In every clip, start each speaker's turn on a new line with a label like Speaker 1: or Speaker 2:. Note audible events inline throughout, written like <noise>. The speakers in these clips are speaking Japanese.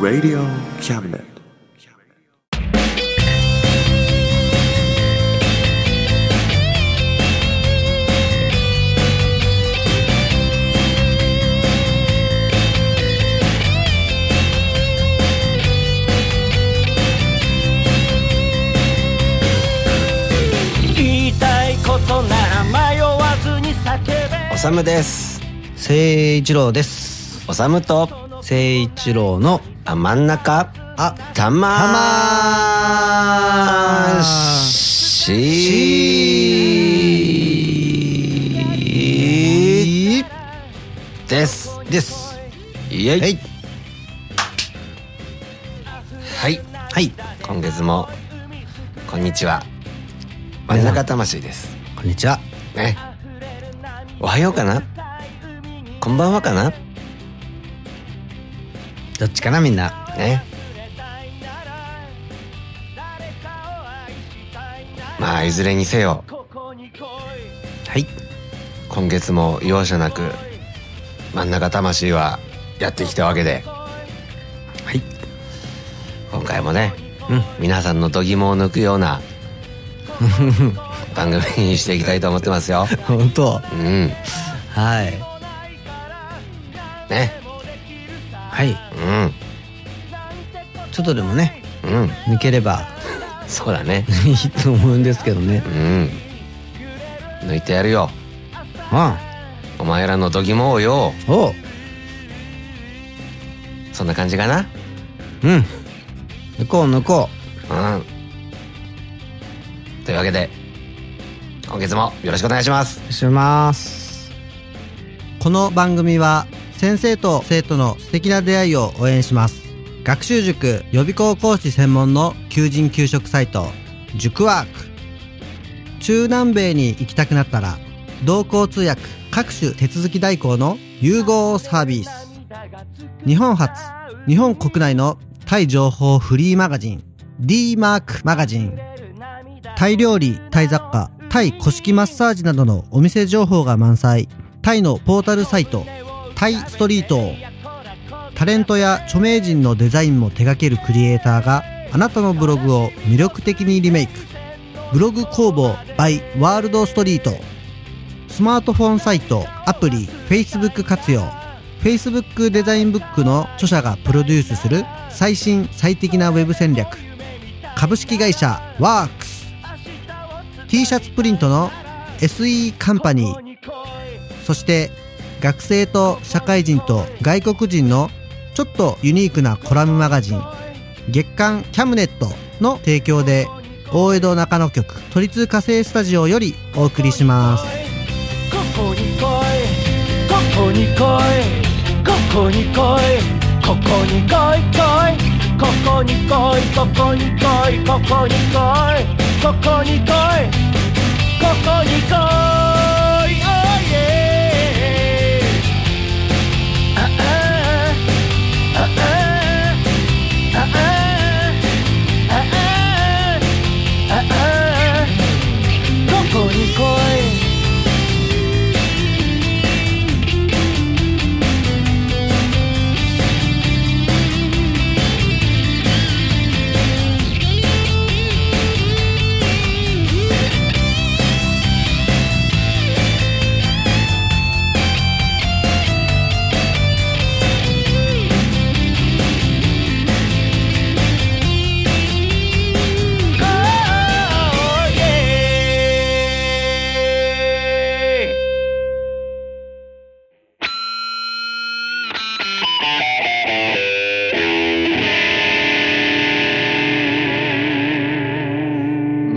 Speaker 1: Radio Cabinet.
Speaker 2: 言いたいことなら迷わずに叫べ
Speaker 3: おさむです。
Speaker 4: 誠一郎です
Speaker 3: おさむと、
Speaker 4: 誠一郎の
Speaker 3: あ、真ん中、
Speaker 4: あ
Speaker 3: たまーしです。
Speaker 4: です
Speaker 3: イエイ。
Speaker 4: はい
Speaker 3: はい。
Speaker 4: はい
Speaker 3: 今月も、こんにちは。真ん中魂です。
Speaker 4: こんにちは
Speaker 3: ね。おはようかなこんばんはかな
Speaker 4: どっちかなみんな
Speaker 3: ねまあいずれにせよ
Speaker 4: はい
Speaker 3: 今月も容赦なく真ん中魂はやってきたわけで
Speaker 4: はい
Speaker 3: 今回もね、皆さんの度肝を抜くような番組にしていきたいと思ってますよ。
Speaker 4: <laughs> 本当
Speaker 3: うん、
Speaker 4: はい
Speaker 3: ね、
Speaker 4: はい
Speaker 3: うん、
Speaker 4: ちょっとでもね
Speaker 3: うん、
Speaker 4: 抜ければ
Speaker 3: <laughs> そうだね。
Speaker 4: いいと思うんですけどね
Speaker 3: うん、抜いてやるよ。
Speaker 4: まあ
Speaker 3: お前らの度肝をよ。
Speaker 4: おう
Speaker 3: そんな感じかな。
Speaker 4: うん抜こう抜こ
Speaker 3: うん。というわけで、今月もよろしくお願いします。
Speaker 4: うしますこの番組は先生と生徒の素敵な出会いを応援します学習塾予備校講師専門の求人・求職サイト塾ワーク中南米に行きたくなったら同行通訳各種手続き代行の融合サービス日本初日本国内のタイ情報フリーマガジン D マークマガジンタイ料理タイ雑貨タイ古式マッサージなどのお店情報が満載タイのポータルサイトタイストリートをタレントや著名人のデザインも手掛けるクリエイターがあなたのブログを魅力的にリメイクブログ工房 by ワールドストリートスマートフォンサイトアプリ Facebook 活用 Facebook デザインブックの著者がプロデュースする最新最適なウェブ戦略株式会社ワークス t シャツプリントの SE カンパニーそして学生と社会人と外国人のちょっとユニークなコラムマガジン月刊キャムネットの提供で大江戸中野局都立火星スタジオよりお送りします
Speaker 2: ここに来いここに来いここに来いここに来い来いここに来いここに来いここに来いここに来いここに来い Oh yeah ああああああああああここに来い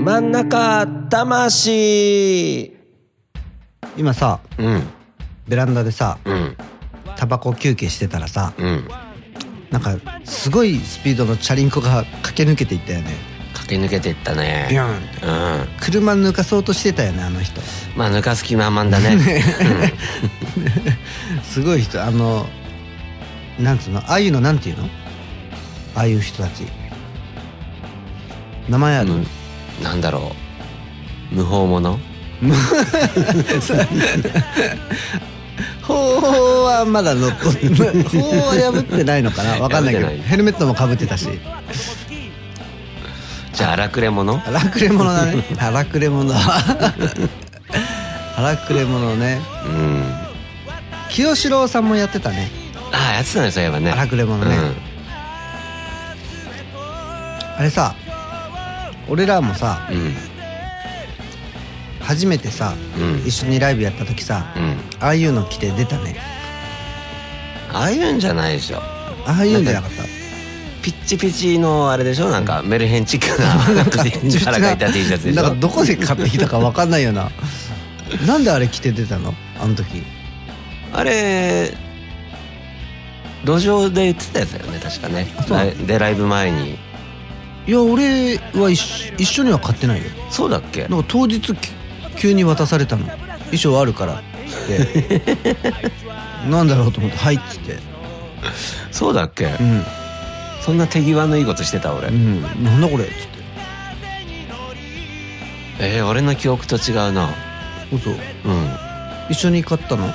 Speaker 3: 真ん中魂。
Speaker 4: 今さ
Speaker 3: うん、
Speaker 4: ベランダでさ
Speaker 3: うん、
Speaker 4: タバコ休憩してたらさ
Speaker 3: うん。
Speaker 4: なんかすごいスピードのチャリンコが駆け抜けていったよね
Speaker 3: 駆け抜けていった
Speaker 4: ビュ
Speaker 3: ね。
Speaker 4: ーンって
Speaker 3: うん。ま
Speaker 4: 車抜かそうとしてたよねあの人
Speaker 3: あ抜かす気満々だね。
Speaker 4: すごい人あのなんつうのああいうのなんていうのああいう人たち名前あ
Speaker 3: あ
Speaker 4: る、
Speaker 3: の、なんだろう。無法者。
Speaker 4: そう法はまだ残っ
Speaker 3: <laughs>
Speaker 4: てる法は破ってないのかなわかんないけど
Speaker 3: 破ってない
Speaker 4: ヘルメットもかぶってたし
Speaker 3: じゃあ荒くれ者
Speaker 4: 荒くれ者だね荒く
Speaker 3: <laughs>
Speaker 4: れ者荒くれ者ね
Speaker 3: うん
Speaker 4: 清志郎さんもやってたね
Speaker 3: ああやってたねそういえばね
Speaker 4: 荒くれ者ねあれさ俺らもさ
Speaker 3: うんうん
Speaker 4: 初めてさ、
Speaker 3: うん
Speaker 4: 一緒にライブやった時さ、
Speaker 3: うん
Speaker 4: ああいうの着て出たね
Speaker 3: ああいうんじゃないでしょ
Speaker 4: ああいうんじゃなかった
Speaker 3: ピッチピチのあれでしょなんかメルヘンチック
Speaker 4: <laughs>
Speaker 3: な <laughs> 腹がいた T シャツでし
Speaker 4: なん
Speaker 3: ょ
Speaker 4: かどこで買ってきたかわかんないよななんであれ着て出たのあの時
Speaker 3: あれ路上で言ってたやつだよね確かね
Speaker 4: そうなの
Speaker 3: ライでライブ前に
Speaker 4: いや俺は一緒一緒には買ってないよ
Speaker 3: そうだっけ
Speaker 4: なんか当日き急に渡されたの衣装あるからっつって
Speaker 3: <laughs>
Speaker 4: なんだろうと思って「はい」っつって
Speaker 3: そうだっけ、
Speaker 4: うん
Speaker 3: そんな手際のいいことしてた俺、
Speaker 4: うんなんだこれっつって
Speaker 3: えー、俺の記憶と違うな
Speaker 4: 嘘
Speaker 3: う
Speaker 4: 一緒に買ったの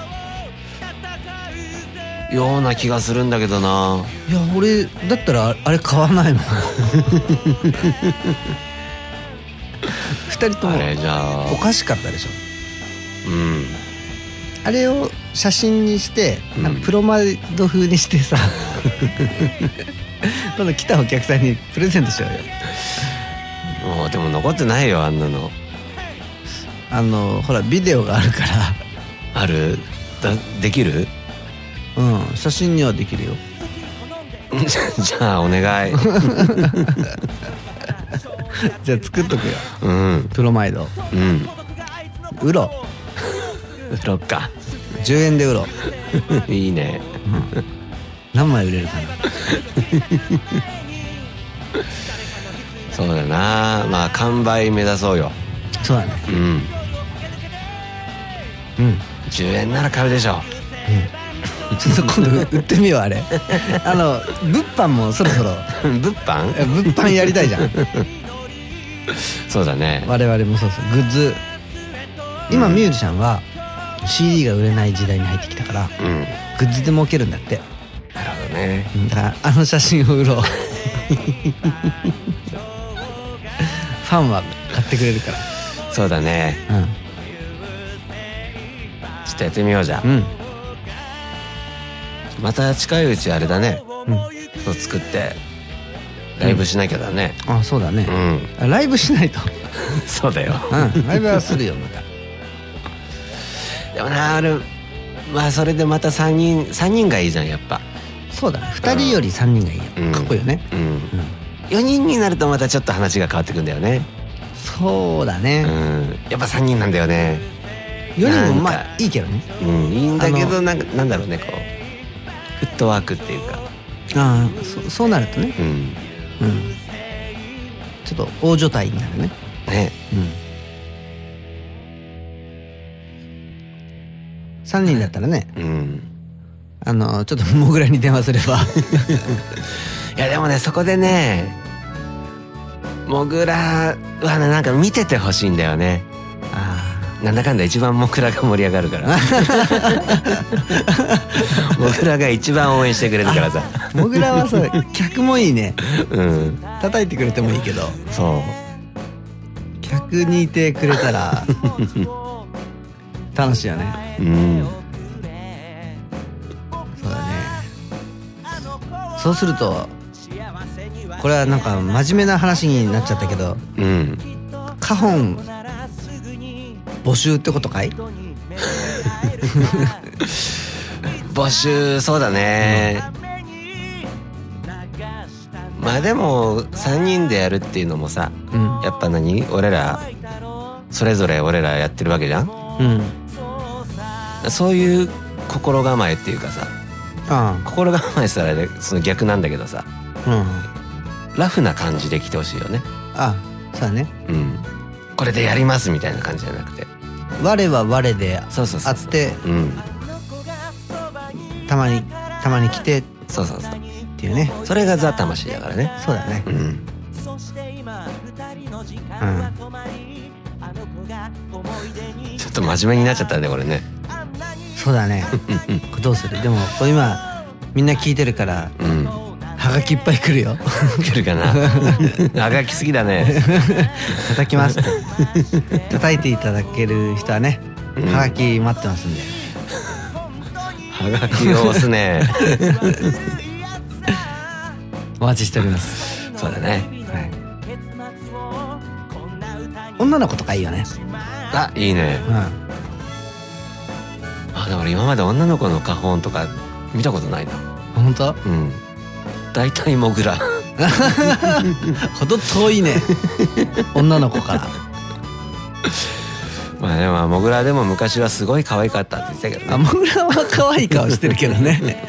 Speaker 4: い
Speaker 3: んような気がするんだけどな
Speaker 4: や俺だったらああれ買わな
Speaker 3: <laughs>
Speaker 4: いもん二人とも
Speaker 3: あれじゃあ
Speaker 4: おかしかったでしょ
Speaker 3: うん
Speaker 4: あれを写真にして、
Speaker 3: うん
Speaker 4: なんかプロマイド風
Speaker 3: <laughs>
Speaker 4: にしてさ今度来たお客さんにプレゼントしようよ
Speaker 3: もうでも残ってないよあんなの
Speaker 4: あのほらビデオがあるから
Speaker 3: あるだできる <laughs>
Speaker 4: うん、写真にはできるよ。
Speaker 3: じゃあお
Speaker 4: <laughs>
Speaker 3: 願い
Speaker 4: じゃあ作っとくよ。
Speaker 3: うん
Speaker 4: プロマイド。
Speaker 3: うん
Speaker 4: ウロ。
Speaker 3: 売ろっか <laughs>
Speaker 4: 10円でウロ。
Speaker 3: いいね
Speaker 4: 何枚売れるかな。
Speaker 3: そうだなまあ完売目指そうよ
Speaker 4: そうだね。
Speaker 3: うん
Speaker 4: うん。
Speaker 3: 10円なら買うでしょ
Speaker 4: ちょっと今度売ってみようあれ。あの物販もそろそろ
Speaker 3: 物
Speaker 4: え
Speaker 3: 販
Speaker 4: 物販やりたいじゃん。
Speaker 3: そうだね
Speaker 4: 我々もそうそう。グッズ。今ミュージシャンは CD が売れない時代に入ってきたから、
Speaker 3: うん
Speaker 4: グッズで儲けるんだって。
Speaker 3: なるほどね
Speaker 4: だからあの写真を売ろう。ファンは買ってくれるか
Speaker 3: そうだね
Speaker 4: ら。うん。
Speaker 3: ちょっとやってみようじゃあ
Speaker 4: うん。
Speaker 3: また近いうちあれだね、
Speaker 4: う
Speaker 3: そう作ってライブしなきゃだね
Speaker 4: あ、そうだね。
Speaker 3: うん、
Speaker 4: ライブしないと。
Speaker 3: そうだよ
Speaker 4: うん、ライブはするよ、また。
Speaker 3: でもなあれまあそれでまた3人3人がいいじゃんやっぱ
Speaker 4: そうだね。二人より三人がいいよ。
Speaker 3: うん
Speaker 4: かっこいいよね。
Speaker 3: うん、4人になるとまたちょっと話が変わってくんだよね
Speaker 4: そうだ
Speaker 3: う
Speaker 4: ね。
Speaker 3: んやっぱ3人なんだよね
Speaker 4: 四人もま
Speaker 3: なん
Speaker 4: あいいけどね。
Speaker 3: うんいいんだけ
Speaker 4: あの
Speaker 3: どなんかなんだろうねこうフットワークっていうか
Speaker 4: ああ、そそうなるとね。
Speaker 3: うん
Speaker 4: うん。ちょっと大所帯になるね。
Speaker 3: ね
Speaker 4: うん。三人だったらね、
Speaker 3: うん
Speaker 4: あの、ちょっとモグラに電話すれ <laughs> ば。
Speaker 3: いやでもねそこでねモグラはねなんか見ててほしいんだよね
Speaker 4: あ
Speaker 3: なんだかんだ一番モグラが盛り上がるからモグラが一番応援してくれるからさ
Speaker 4: あ。モグラはそう、客もいいね。
Speaker 3: うん
Speaker 4: 叩いてくれてもいいけど。
Speaker 3: そ
Speaker 4: 客にいてくれたら楽しいよね
Speaker 3: ううん
Speaker 4: そうだねそうするとこれはなんか真面目な話になっちゃったけど
Speaker 3: うん
Speaker 4: 花本募集ってことかい
Speaker 3: 募集そうだね、まあでも3人でやるっていうのもさ
Speaker 4: うん
Speaker 3: やっぱ何俺らそれぞれ俺らやってるわけじゃん
Speaker 4: うん
Speaker 3: そういう心構えっていうかさ
Speaker 4: あ
Speaker 3: 心構えしたらあれその逆なんだけどさ
Speaker 4: あうん
Speaker 3: ラフな感じで来てほしいよね
Speaker 4: あそうだね
Speaker 3: うんこれでやりますみたいな感じじゃなくて
Speaker 4: 我は我で
Speaker 3: そうそうそ
Speaker 4: あ
Speaker 3: う
Speaker 4: っ
Speaker 3: そう
Speaker 4: て
Speaker 3: うん
Speaker 4: たまにたまに来てっ
Speaker 3: そうそうそう
Speaker 4: ていうね
Speaker 3: それがザ魂だからね
Speaker 4: そうだね
Speaker 3: うん
Speaker 4: う
Speaker 3: <laughs>
Speaker 4: ん
Speaker 3: ちょっと真面目になっちゃったねこれね
Speaker 4: そうだ <laughs> ねこれどうするでもこれ今みんな聞いてるから
Speaker 3: うん
Speaker 4: はがきいっぱい来るよ
Speaker 3: 来るか
Speaker 4: <laughs>
Speaker 3: なあがきすぎだね
Speaker 4: 叩きますって <laughs> 叩いていただける人はね
Speaker 3: ん
Speaker 4: はがき待ってますんで
Speaker 3: はがきを押すね
Speaker 4: お待ちしております、
Speaker 3: そうだね
Speaker 4: はい、女の子とかいいよね
Speaker 3: あいいね
Speaker 4: うん
Speaker 3: あでも俺今まで女の子の花本とか見たことないな
Speaker 4: 本当
Speaker 3: うん大体モグラ
Speaker 4: <laughs>
Speaker 3: <laughs>
Speaker 4: ほど遠いね女の子から
Speaker 3: まあでもモグラでも昔はすごい可愛かったって言ってたけど
Speaker 4: <laughs> あ
Speaker 3: ね
Speaker 4: モグラは可愛い顔してるけどね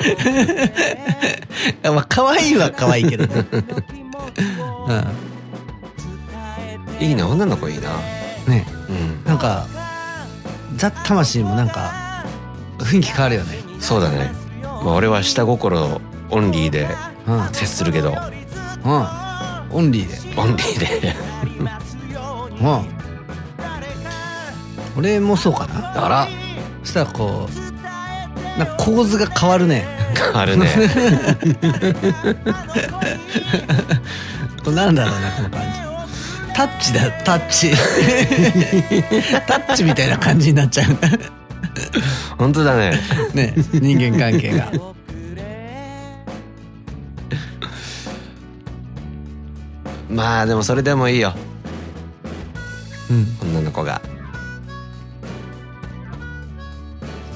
Speaker 4: <laughs> まあ可愛いは可愛いけど <laughs> ね
Speaker 3: いいね女の子いいな
Speaker 4: うんね
Speaker 3: うん
Speaker 4: なんかザ・魂もなんか雰囲気変わるよね
Speaker 3: そうだねまあ俺は下心オンリーで
Speaker 4: うんうん
Speaker 3: 接するけど
Speaker 4: オンリーで
Speaker 3: オンリーで <laughs>
Speaker 4: うん俺もそうかな
Speaker 3: あら
Speaker 4: そしたらこうなんか構図が変わるね
Speaker 3: 変わる
Speaker 4: <laughs>
Speaker 3: ね
Speaker 4: これなんだろうなこの感じタッチだタッチ <laughs> タッチみたいな感じになっちゃう
Speaker 3: 本当だね
Speaker 4: ね人間関係が
Speaker 3: まあでもそれでもいいよ
Speaker 4: うん
Speaker 3: 女の子が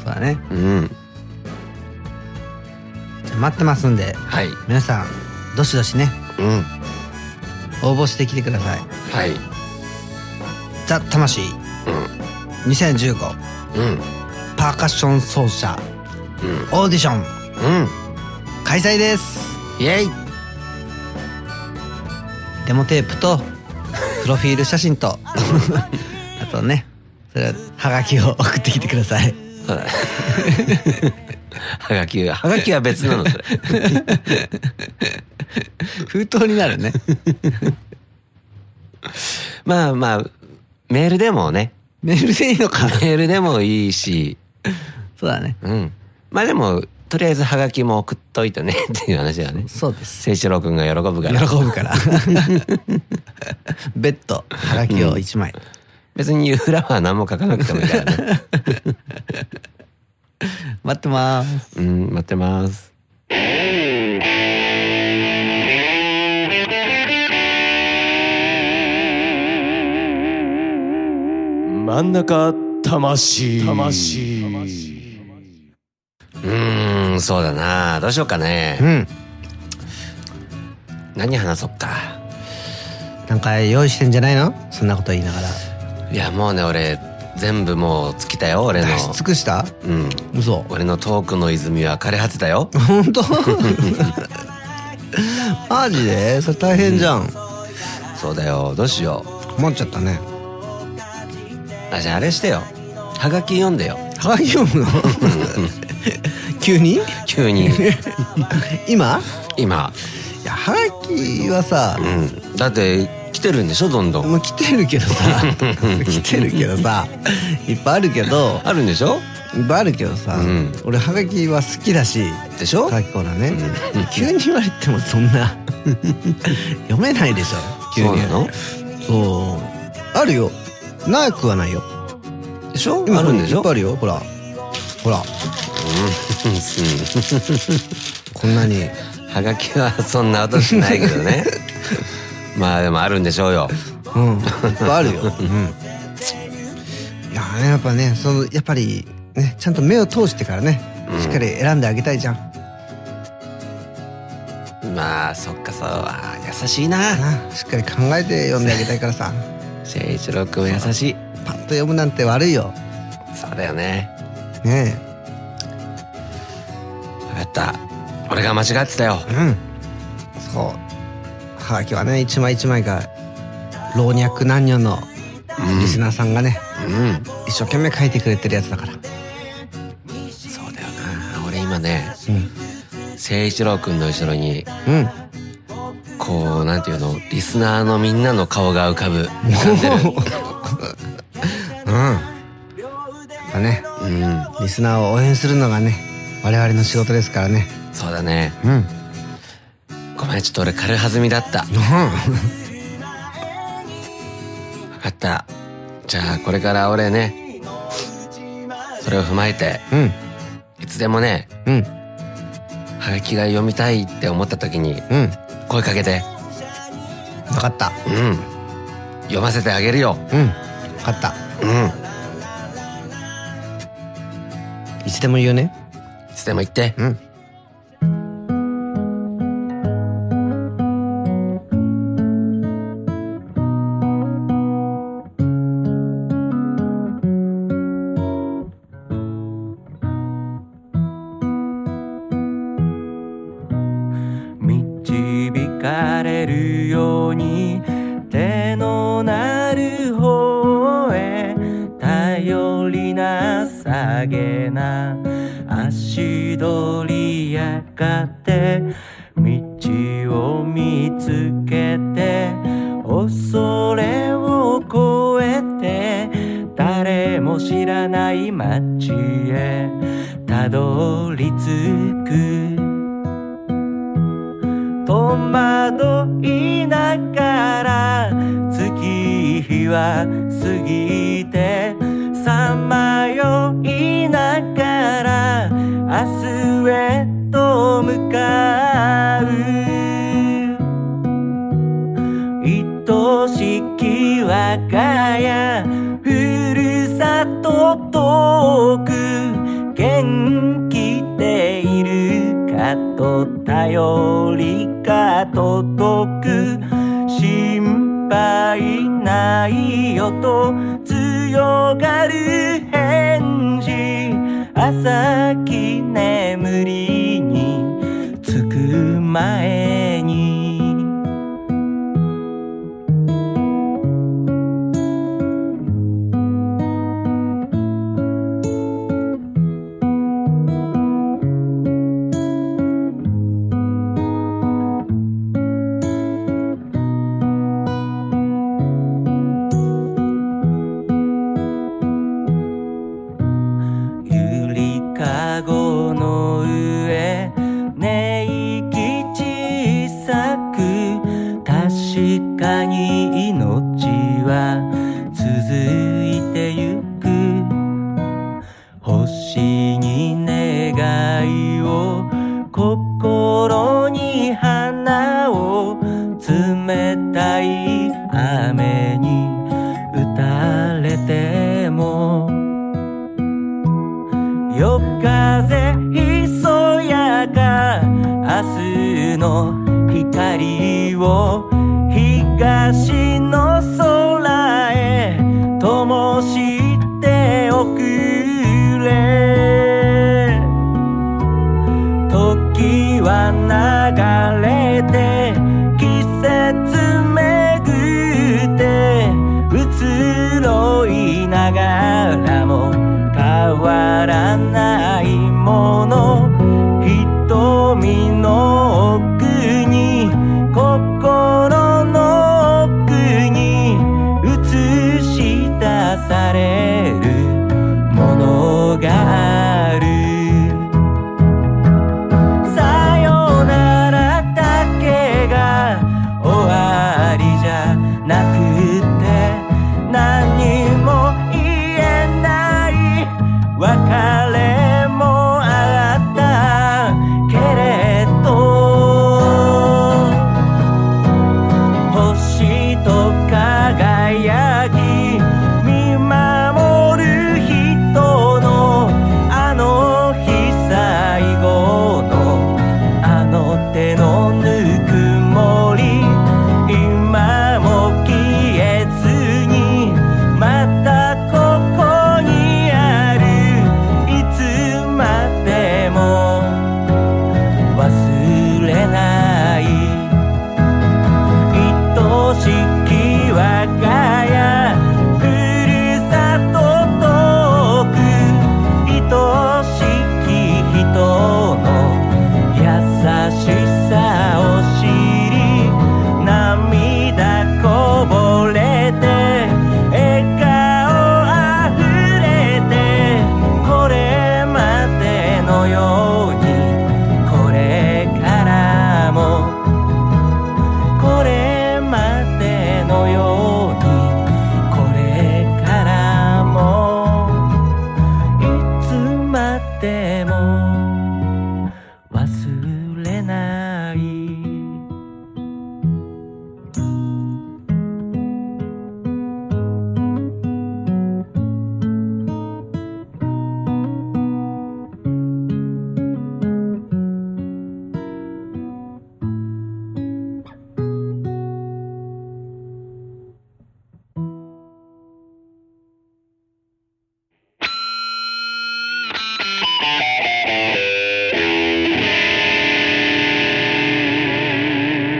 Speaker 4: そうだね
Speaker 3: うん
Speaker 4: じゃあ待ってますんで
Speaker 3: はい
Speaker 4: 皆さんどしどしね
Speaker 3: うん
Speaker 4: 応募してきてください
Speaker 3: はい
Speaker 4: 「ザ・魂2015
Speaker 3: うん
Speaker 4: パーカッション奏者
Speaker 3: うん
Speaker 4: オーディション
Speaker 3: うん」
Speaker 4: 開催です
Speaker 3: イエイ
Speaker 4: デモテープとプロフィール写真 <laughs> とあとねそれははがきを送ってきてください
Speaker 3: そうだねはがきははがきは別なの
Speaker 4: <laughs>
Speaker 3: それ
Speaker 4: 封筒になるね
Speaker 3: まあまあメールでもね
Speaker 4: メールでいいのか
Speaker 3: メールでもいいし
Speaker 4: そうだね
Speaker 3: うんまあでもとりあえずはがきも送っといてねっていう話だね
Speaker 4: そうです
Speaker 3: 誠志郎くんが喜ぶか
Speaker 4: 喜
Speaker 3: ら
Speaker 4: ぶから <laughs> 別途はがきを1枚、
Speaker 3: 別に裏は何も書かなくてもいいからね
Speaker 4: 待ってます
Speaker 3: うん待ってます
Speaker 5: 真ん中魂魂
Speaker 3: うーんそうだなどうしようか
Speaker 4: う
Speaker 3: ね
Speaker 4: ん
Speaker 3: 何話そっか
Speaker 4: なんか用意してんじゃないのそんなこと言いながら
Speaker 3: いやもうね俺全部もう尽きたよ俺の
Speaker 4: 出し尽くした
Speaker 3: うん
Speaker 4: 嘘
Speaker 3: 俺のトークの泉は枯れ果てたよ
Speaker 4: 本当マジでそれ大変じゃん
Speaker 3: そうだよどうしよ
Speaker 4: 困っちゃったね
Speaker 3: うあじゃああれしてよはがき読んでよ
Speaker 4: はがき読むの急に
Speaker 3: 急に
Speaker 4: 今
Speaker 3: 今
Speaker 4: いやはがきはさ
Speaker 3: う、んだって来てるんでしょどんどん
Speaker 4: まあ、来てるけどさ来てるけどさいっぱいあるけど
Speaker 3: あるんでしょ
Speaker 4: いっぱいあるけどさ、
Speaker 3: うん
Speaker 4: 俺はがきは好きだし
Speaker 3: でしょ
Speaker 4: はがきコーナーね、急に言われてもそん
Speaker 3: <laughs>
Speaker 4: な読めないでしょ急に
Speaker 3: そうなの
Speaker 4: そうあるよなくはないよ
Speaker 3: でしょ
Speaker 4: 今
Speaker 3: あるんでし
Speaker 4: い
Speaker 3: ょ
Speaker 4: っぱいあるよほらほらこんなに
Speaker 3: はがきはそんな音しないけどねまあでもあるんでしょうよ
Speaker 4: うん、いっぱい
Speaker 3: <laughs>
Speaker 4: あるよ。うん。いやーねやっぱね、そのやっぱりね、ちゃんと目を通してからね、しっかり選んであげたいじゃん。
Speaker 3: まあそっかそうあー優しいな
Speaker 4: なしっかり考えて読んであげたいからさ、
Speaker 3: 誠一郎くんは優しい
Speaker 4: パッと読むなんて悪いよ。
Speaker 3: そうだよね
Speaker 4: ね
Speaker 3: 分かった俺が間違ってたよ
Speaker 4: え、うん。そう。はがきはね、一枚一枚が老若男女のリスナーさんがね、
Speaker 3: うん
Speaker 4: 一生懸命書いてくれてるやつだから。
Speaker 3: そうだよな俺今ね
Speaker 4: うん。
Speaker 3: 誠一郎くんの後ろに
Speaker 4: うん。
Speaker 3: こうなんていうのリスナーのみんなの顔が浮かぶ浮かんでる
Speaker 4: うん。ぱね
Speaker 3: うん
Speaker 4: リスナーを応援するのがね我々の仕事ですからね
Speaker 3: そうだね
Speaker 4: うんうん
Speaker 3: ごめんちょっと俺軽はずみだった分かったじゃあこれから俺ねそれを踏まえて
Speaker 4: うん
Speaker 3: いつでもね
Speaker 4: うん
Speaker 3: ハガキが読みたいって思った時に
Speaker 4: うん
Speaker 3: 声かけて
Speaker 4: 分かった
Speaker 3: うん読ませてあげるよ
Speaker 4: うん分かった
Speaker 3: うん
Speaker 4: いつでも言うね
Speaker 3: いつでも言って
Speaker 4: うん
Speaker 5: 導かれるように手のなる方へ頼りなさげな足取りやがて道を見つけて恐れを越えて誰も知らない街へたどり着く戸惑いながら月日は過ぎてさまよいながら明日へと向かう愛しき我が家ふるさと遠く元気でいるかと頼りが届く心配ないよと強がる返事朝き眠りにつく前にゆりかごの上寝息小さく確かに命は続いてゆく星に願いを心に花を冷たい雨に打たれても夜風ひそやか明日の光を東の空へ灯しておくれ時は流れて季節巡って移ろいながらも変わらないもの瞳の奥に心の奥に映し出されるものがあるさよなら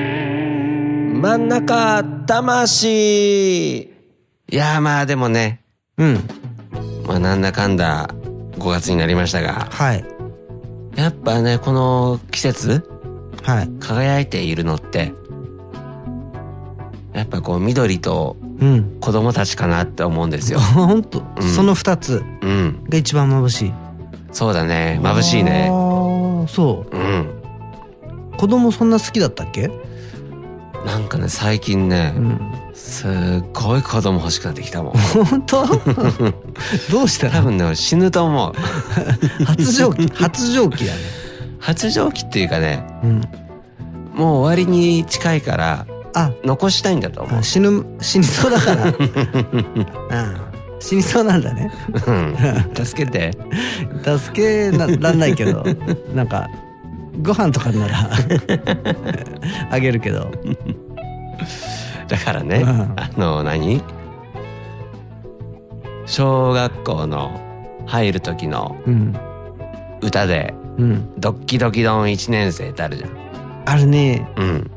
Speaker 5: 真ん中魂
Speaker 3: いやーまあでもね、
Speaker 4: うん。
Speaker 3: まあなんだかんだ5月になりましたが、
Speaker 4: はい。
Speaker 3: やっぱね、この季節、
Speaker 4: はい。
Speaker 3: 輝いているのって、やっぱこう緑と <laughs>
Speaker 4: うん。
Speaker 3: 子供たちかなって思うんですよ。
Speaker 4: ほんと、
Speaker 3: うん
Speaker 4: その二つ
Speaker 3: うん。
Speaker 4: が一番眩しい。
Speaker 3: そうだね。眩しいね。
Speaker 4: ああ、そ
Speaker 3: うん。
Speaker 4: う。子供そんな好きだったっけ？
Speaker 3: なんかね、最近ね、
Speaker 4: うん。
Speaker 3: すっごい子供欲しくなってきたもん。 <laughs>
Speaker 4: 本当？ <laughs> どうした
Speaker 3: 多
Speaker 4: の？
Speaker 3: 分ね、死ぬと思う。
Speaker 4: 発情期、発情期だね。
Speaker 3: 発情期っていうかね、
Speaker 4: うん。
Speaker 3: もう終わりに近いから、
Speaker 4: あ、
Speaker 3: 残したいんだと思う
Speaker 4: あ。死ぬ死にそうだから。 <laughs> うん。死にそうなんだね。
Speaker 3: うん助けて。
Speaker 4: 助けならんないけどなんかご飯とかな <laughs> らあげるけど
Speaker 3: だからね、
Speaker 4: うん
Speaker 3: あの、何小学校の入る時の
Speaker 4: うん
Speaker 3: 歌で、
Speaker 4: うん
Speaker 3: ドッキドキドン1年生ってあるじゃん。
Speaker 4: あれね
Speaker 3: うん。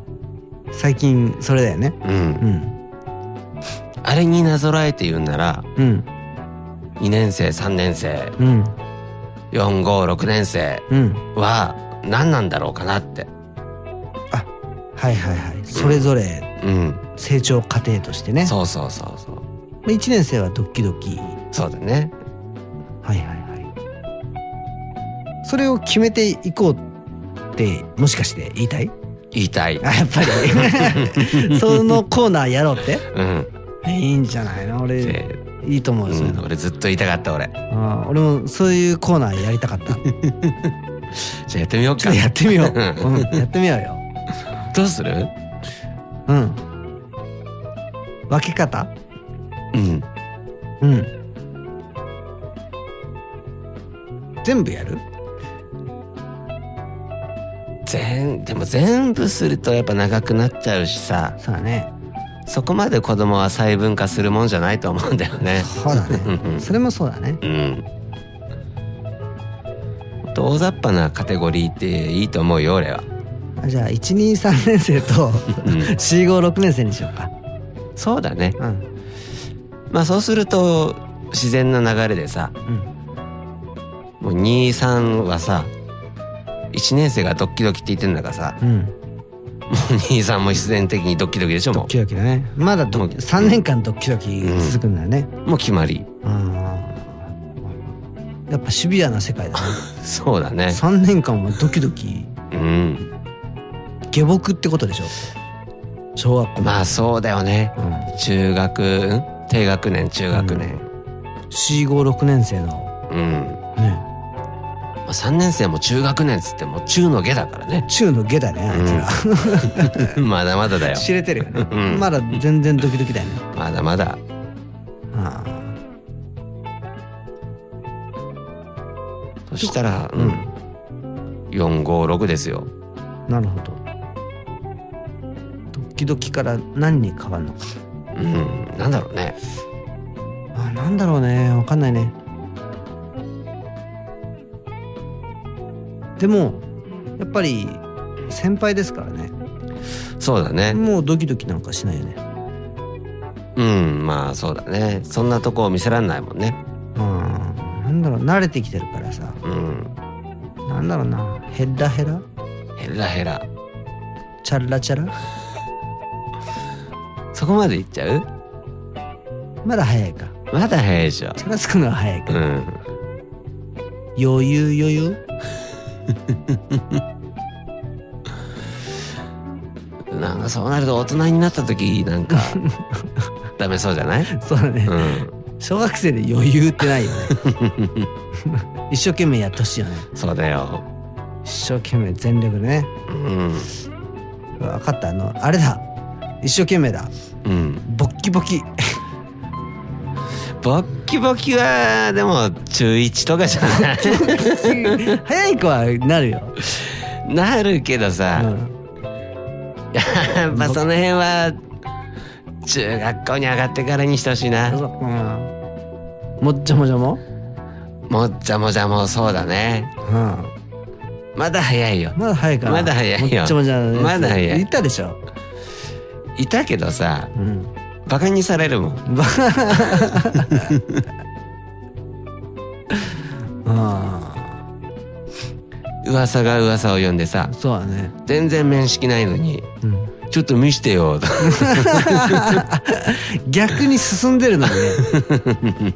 Speaker 4: 最近それだよね
Speaker 3: うん。
Speaker 4: うん
Speaker 3: あれになぞらえて言うなら、
Speaker 4: うん
Speaker 3: 2年生、3年生、
Speaker 4: うん
Speaker 3: 4、5、6年生
Speaker 4: うん
Speaker 3: は何なんだろうかなって。
Speaker 4: はいはいはいそれぞれ
Speaker 3: うん。
Speaker 4: 成長過程としてね
Speaker 3: そうそうそうそう。
Speaker 4: 1年生はドッキドキは
Speaker 3: そうだね。
Speaker 4: いはいはいそれを決めていこうってもしかして言いたい <laughs>
Speaker 3: 言いたい。
Speaker 4: あやっぱ <laughs> りそのコーナーやろうって
Speaker 3: うん。
Speaker 4: いいんじゃないの俺
Speaker 3: で、
Speaker 4: いいと思うよそういううんの
Speaker 3: 俺ずっと言いたかった俺。
Speaker 4: あー俺もそういうコーナーやりたか <laughs> った。ちょっ
Speaker 3: じゃあやってみよう
Speaker 4: と
Speaker 3: か。
Speaker 4: やってみよう。
Speaker 3: <laughs> うん
Speaker 4: うん、やってみようよ。
Speaker 3: どうする
Speaker 4: うん。分け方
Speaker 3: うん。
Speaker 4: うん。全部やる
Speaker 3: 全、でも全部するとやっぱ長くなっちゃうしさ、
Speaker 4: そうだね。
Speaker 3: そこまで子供は細分化するもんじゃないと思うんだよね。
Speaker 4: そうだ
Speaker 3: う
Speaker 4: ね。
Speaker 3: ん
Speaker 4: それもそうだね。
Speaker 3: うん。ほんと大雑把なカテゴリーっていいと思うよ俺は。
Speaker 4: あじゃあ、1、2、3年生と4、5、6年生にしようか。
Speaker 3: そうだね。
Speaker 4: うん。
Speaker 3: まあそうすると自然な流れでさ、
Speaker 4: うん。
Speaker 3: もう2、3はさ、1年生がドッキドキって言ってんだからさ、
Speaker 4: うん。
Speaker 3: もう2、3も必然的にドッキドキでしょ
Speaker 4: ド
Speaker 3: も
Speaker 4: ッキドキだね。まだド
Speaker 3: うん
Speaker 4: 3年間ドッキドキ続くんだよね。
Speaker 3: う。もう決まり。
Speaker 4: あーやっぱシビアな世界だね。
Speaker 3: そうだね。
Speaker 4: 3年間はドキドキ。
Speaker 3: うん。
Speaker 4: 下僕ってことでしょ小学校の、
Speaker 3: まあそうだよね。
Speaker 4: うん、
Speaker 3: 中学、ん低学年、中学年。
Speaker 4: 456年生の
Speaker 3: うん。
Speaker 4: ね。
Speaker 3: まあ、3年生も中学年っつってもう中の下だからね
Speaker 4: 中の下だねあいつら、
Speaker 3: <laughs> まだまだだよ。
Speaker 4: 知れてるよね、
Speaker 3: うん
Speaker 4: まだ全然ドキドキだよね
Speaker 3: まだまだ。
Speaker 4: あー
Speaker 3: そしたら、うん。4、5、6ですよ。
Speaker 4: なるほどドキドキから何に変わるのか
Speaker 3: うん。なんだろうね。
Speaker 4: あなんだろうねわかんないねでもやっぱり先輩ですからね
Speaker 3: そうだね。
Speaker 4: もうドキドキなんかしないよね
Speaker 3: うん。まあそうだね。そんなとこを見せらんないもんね。
Speaker 4: うんなんだろう慣れてきてるからさ
Speaker 3: うん。
Speaker 4: なんだろうなヘラヘラ
Speaker 3: へらへら。
Speaker 4: チャラチャラ
Speaker 3: そこまでいっちゃう
Speaker 4: まだ早いか
Speaker 3: まだ早いでしょ。
Speaker 4: チャラつくのは早いか、
Speaker 3: うん。
Speaker 4: 余裕余裕
Speaker 3: なんかそうなると大人になった時なん <laughs> かダメそうじゃない
Speaker 4: そうだね、
Speaker 3: うん
Speaker 4: 小学生で余裕ってないよね <laughs> 一生懸命やってほしいよね
Speaker 3: そうだよ
Speaker 4: 一生懸命全力でね
Speaker 3: うん
Speaker 4: 分かったあのあれだ一生懸命だ
Speaker 3: うん
Speaker 4: ボッキボキ
Speaker 3: ボッキボキはでも中1とかじゃない
Speaker 4: <laughs> 早い子はなるよ、
Speaker 3: なるけど
Speaker 4: う
Speaker 3: さ、
Speaker 4: ん、
Speaker 3: やっぱその辺は中学校に上がってからにしてほしいな
Speaker 4: そううんもっちゃもじゃも、
Speaker 3: もっちゃもじゃもそうだね
Speaker 4: うん、ま
Speaker 3: まだ早いよ
Speaker 4: だ早いから
Speaker 3: まだ早いよ
Speaker 4: もっちゃもじゃのやつ
Speaker 3: まだ早い
Speaker 4: 言ったでしょ
Speaker 3: いたけどさ
Speaker 4: うん。
Speaker 3: バカにされるもん
Speaker 4: <laughs> あ
Speaker 3: 噂が噂を呼んでさ
Speaker 4: あ、そうだね。
Speaker 3: 全然面識ないのに
Speaker 4: うん。
Speaker 3: 「ちょっと見してよ」と
Speaker 4: 逆に進んでるのにね。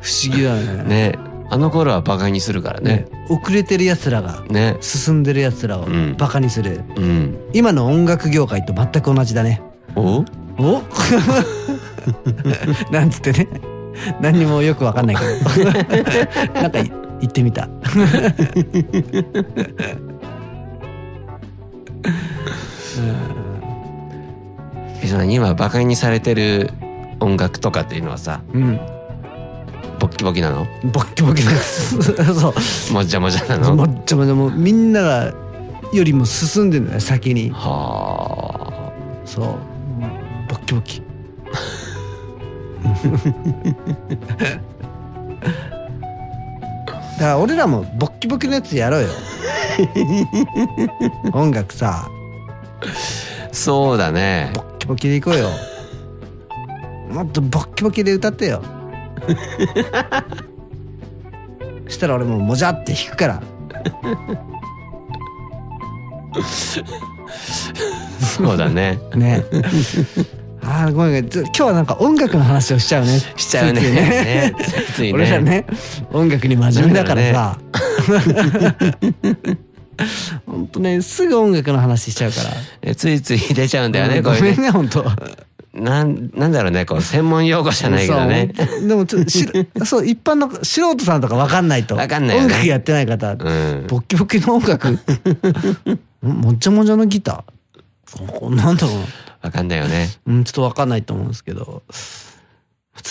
Speaker 4: 不思議だね。
Speaker 3: ねあの頃はバカにするからね
Speaker 4: 遅れてる奴らが、
Speaker 3: ね
Speaker 4: 進んでる奴らを
Speaker 3: うん
Speaker 4: バカにする。
Speaker 3: うん
Speaker 4: 今の音楽業界と全く同じだね。
Speaker 3: お
Speaker 4: お <laughs> なんつってね。何にもよくわかんない <laughs> けど。なんかい言ってみた。
Speaker 3: えその今バカにされてる音楽とかっていうのはさ
Speaker 4: うん。
Speaker 3: ボッキボキなの
Speaker 4: ボッキボキのやつ。そう。
Speaker 3: もじゃもじゃな
Speaker 4: も
Speaker 3: の
Speaker 4: っちゃもちゃもうみんながよりも進んでるんだよ先に
Speaker 3: は
Speaker 4: そうボッキボ <laughs> キだから俺らもボッキボキのやつや <laughs> ろうよ音楽さ
Speaker 3: あそうだね
Speaker 4: ボッキボキでいこうよもっとボッキボキで歌ってよ <laughs> したら俺もうもじゃって弾くから
Speaker 3: そうだね <laughs>
Speaker 4: ねあーごめんごめんず今日はなんか音楽の話をしちゃうね
Speaker 3: しちゃうね
Speaker 4: ついつい
Speaker 3: ねついね
Speaker 4: 俺らね音楽に真面目だからさ <laughs> ほんとねすぐ音楽の話しちゃうから
Speaker 3: えついつい出ちゃうんだよね、
Speaker 4: うん
Speaker 3: こ
Speaker 4: ご
Speaker 3: うい
Speaker 4: め
Speaker 3: うんね
Speaker 4: ねほんと
Speaker 3: なんなんだろうねこう専門用語じゃないけどね
Speaker 4: そうほんとでもちょっとしらそう一般の素人さんとかわかんないと
Speaker 3: わかんないよね
Speaker 4: 音楽やってない方、
Speaker 3: うん
Speaker 4: ボッキボキの音楽
Speaker 3: <laughs>
Speaker 4: んもっちゃもちゃのギターこなんだろうな
Speaker 3: わかんないよね
Speaker 4: うん、ちょっとわかんないと思うんですけど、つ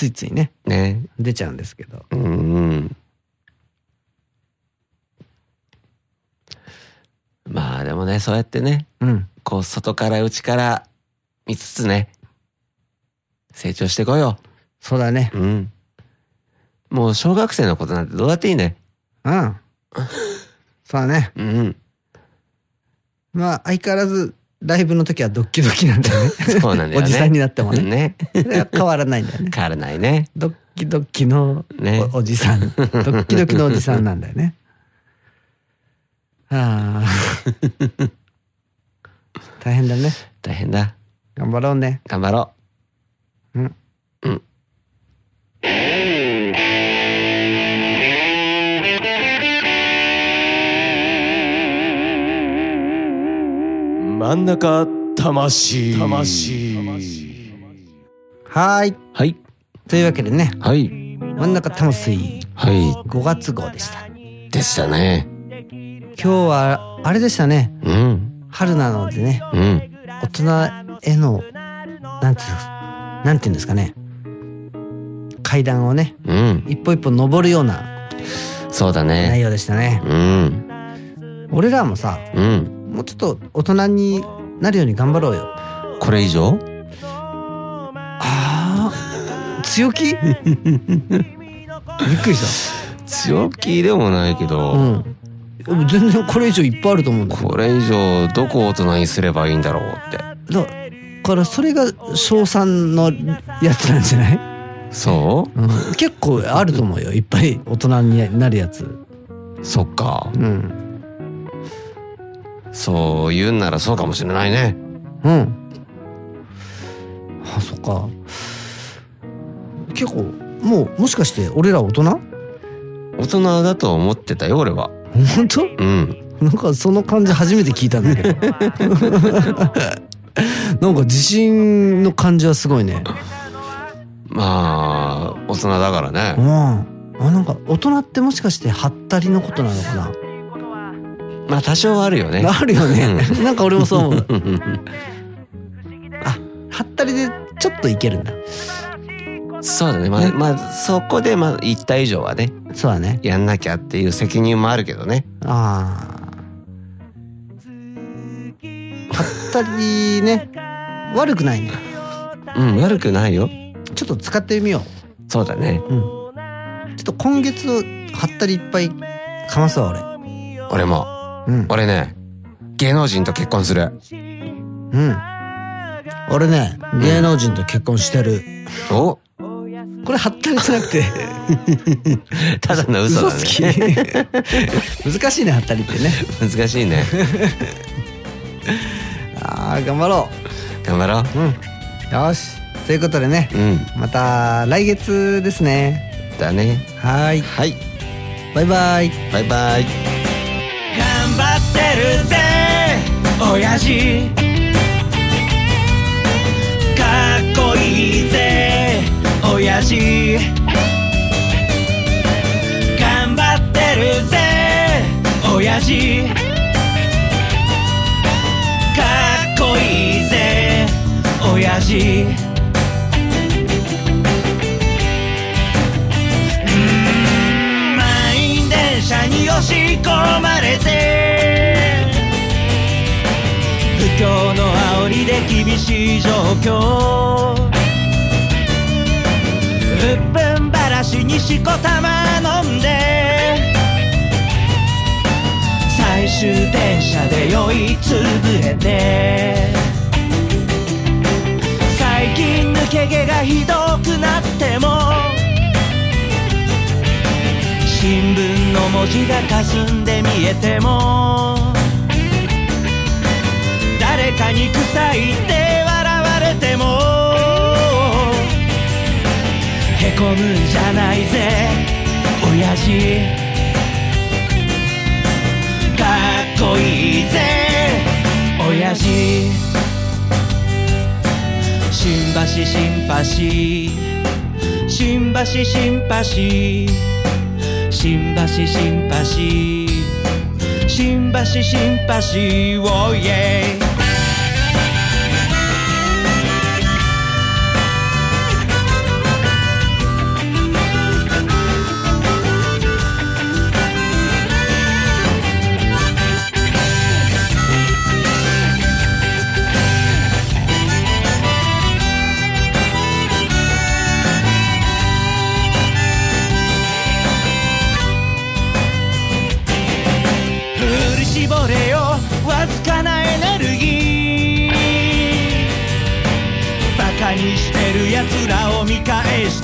Speaker 4: いついね、
Speaker 3: ね
Speaker 4: 出ちゃうんですけど。
Speaker 3: うんうんまあでもねそうやってね
Speaker 4: うん。
Speaker 3: こう外から内から見つつね成長してこよ
Speaker 4: そうだね。
Speaker 3: ううんもう小学生のことなんてどうだっていいね
Speaker 4: うん。そうだね。
Speaker 3: うんうん
Speaker 4: まあ、相変わらず、ライブの時はドッキドキなんだよね。
Speaker 3: そうなんだよね
Speaker 4: おじさんになって
Speaker 3: <laughs>
Speaker 4: もね。
Speaker 3: ね
Speaker 4: それは変わらないんだよね。
Speaker 3: 変わらないね
Speaker 4: ドッキドキの
Speaker 3: ね
Speaker 4: おおじさん。ドッキドキのおじさんなんだよ
Speaker 3: <laughs>
Speaker 4: ね。ああ。大変だね。
Speaker 3: 大変だ
Speaker 4: 頑張ろうね。
Speaker 3: 頑張ろ
Speaker 4: うん。
Speaker 6: 真ん中魂魂
Speaker 4: はーい。
Speaker 3: うはい
Speaker 4: というわけでね、
Speaker 3: はい
Speaker 4: 真ん中魂
Speaker 3: は
Speaker 4: 5月号でした。
Speaker 3: いでしたね
Speaker 4: 今日はあれでしたね
Speaker 3: うん
Speaker 4: 春なのでね
Speaker 3: うん
Speaker 4: 大人へのなんていうんですかなんていうんですかね階段をね
Speaker 3: うん
Speaker 4: 一歩一歩登るような
Speaker 3: そうだ
Speaker 4: 内
Speaker 3: ね
Speaker 4: 容でしたね
Speaker 3: うん
Speaker 4: 俺らもさ
Speaker 3: うん
Speaker 4: もうちょっと大人になるように頑張ろうよ
Speaker 3: これ以上
Speaker 4: あー強気 <laughs> びっくりし
Speaker 3: 強気でもないけ
Speaker 4: た
Speaker 3: ど、
Speaker 4: うん全然これ以上いっぱいあると思うんだよ
Speaker 3: これ以上どこを大人にすればいいんだろうって
Speaker 4: だからそれが賞賛のやつなんじゃない
Speaker 3: そ
Speaker 4: うん結構あると思うよいっぱい大人になるやつ
Speaker 3: うそっか
Speaker 4: うん
Speaker 3: そう言うんならそうかもしれないね
Speaker 4: うんあそっか結構もうもしかして俺ら大人
Speaker 3: 大人だと思ってたよ俺は
Speaker 4: 本当
Speaker 3: うん
Speaker 4: なんかその感じ初めて聞いたんだけど <laughs> なんか自信の感じはすごいね
Speaker 3: まあ大人だから
Speaker 4: うん
Speaker 3: ね
Speaker 4: あなんか大人ってもしかしてハったりのことなのかな
Speaker 3: まあ多少はあるよ
Speaker 4: <laughs>
Speaker 3: ね
Speaker 4: あるよねなんか俺もそう思う <laughs>
Speaker 3: うんうん
Speaker 4: あハったりでちょっといけるんだ
Speaker 3: うんそうだねまあまあそこでまあ言った以上はね
Speaker 4: そうだね
Speaker 3: やんなきゃっていう責任もあるけどね
Speaker 4: ああ。はったりね。悪くないね。
Speaker 3: うん悪くないよ
Speaker 4: ちょっと使ってみよ
Speaker 3: そうだね
Speaker 4: う。うん。ちょっと今月はったりいっぱいかますわ
Speaker 3: 俺も
Speaker 4: 俺。うん。
Speaker 3: 俺ね芸能人と結婚する
Speaker 4: うん。
Speaker 7: 俺ね芸能人と結婚してる
Speaker 3: お
Speaker 7: これはったりじゃなく
Speaker 4: <laughs>
Speaker 7: て
Speaker 3: <laughs> ただの嘘
Speaker 7: 嘘
Speaker 3: だ
Speaker 7: つき
Speaker 3: ね
Speaker 7: 難しいねはったりってね
Speaker 3: 難しいね
Speaker 7: あー頑張ろ
Speaker 3: 頑張ろう
Speaker 7: うよしということでね
Speaker 3: うん
Speaker 7: また来月ですね
Speaker 3: だね
Speaker 7: はーい
Speaker 3: はい
Speaker 7: バイバイ
Speaker 3: バイバイ
Speaker 5: 頑張ってるぜ親父かっこいいぜ親父頑張ってるぜ親父かっこいいぜ親父満員電車に押し込まれて不況の煽りで厳しい状況うっぷんばらしにしこたま飲んで最終電車で酔いつぶれて最近抜け毛がひどくなっても新聞の文字が霞んで見えても誰かに臭いって笑われてもへこむんじゃないぜ親父かっこいいぜ親父新橋新橋新橋新橋新橋新橋新橋新橋おいえ振り絞れよわずかなエネルギーバカにしてるやつらを見返し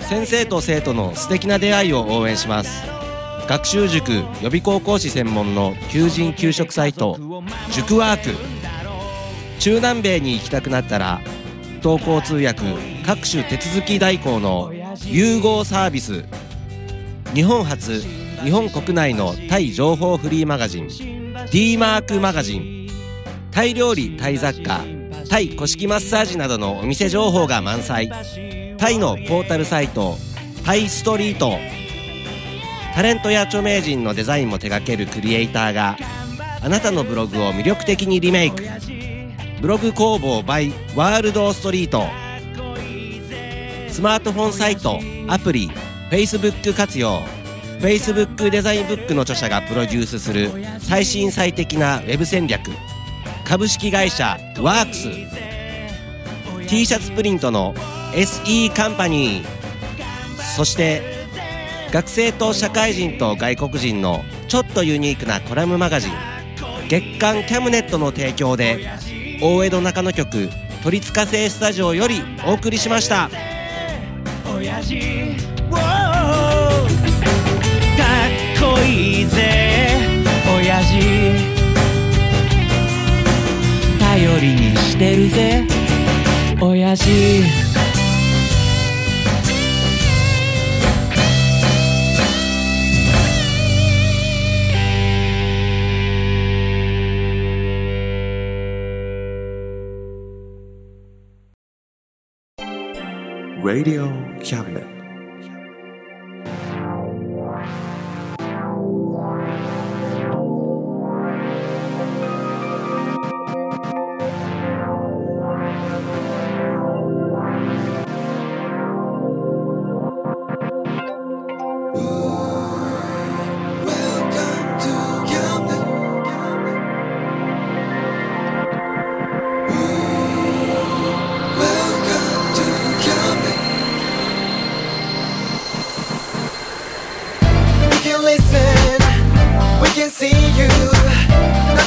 Speaker 6: 先生と生徒の素敵な出会いを応援します学習塾予備高校師専門の求人・求職サイト塾ワーク中南米に行きたくなったら同行通訳各種手続き代行の融合サービス日本初日本国内のタイ情報フリーマガジン d マークマガジンタイ料理タイ雑貨タイ古式マッサージなどのお店情報が満載タイのポータルサイトタイストリートタレントや著名人のデザインも手掛けるクリエイターがあなたのブログを魅力的にリメイクブログ工房 by ワールドストリートスマートフォンサイトアプリ Facebook 活用 Facebook デザインブックの著者がプロデュースする最新最適なウェブ戦略株式会社ワークス T シャツプリントの SE カンパニーそして学生と社会人と外国人のちょっとユニークなコラムマガジン月刊キャムネットの提供で大江戸中野局「鳥塚製スタジオ」よりお送りしました。
Speaker 5: 親父 Wow かっこいいぜ親父頼りにしてるぜ親父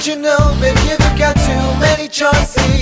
Speaker 8: you know, baby, you've got too many choices.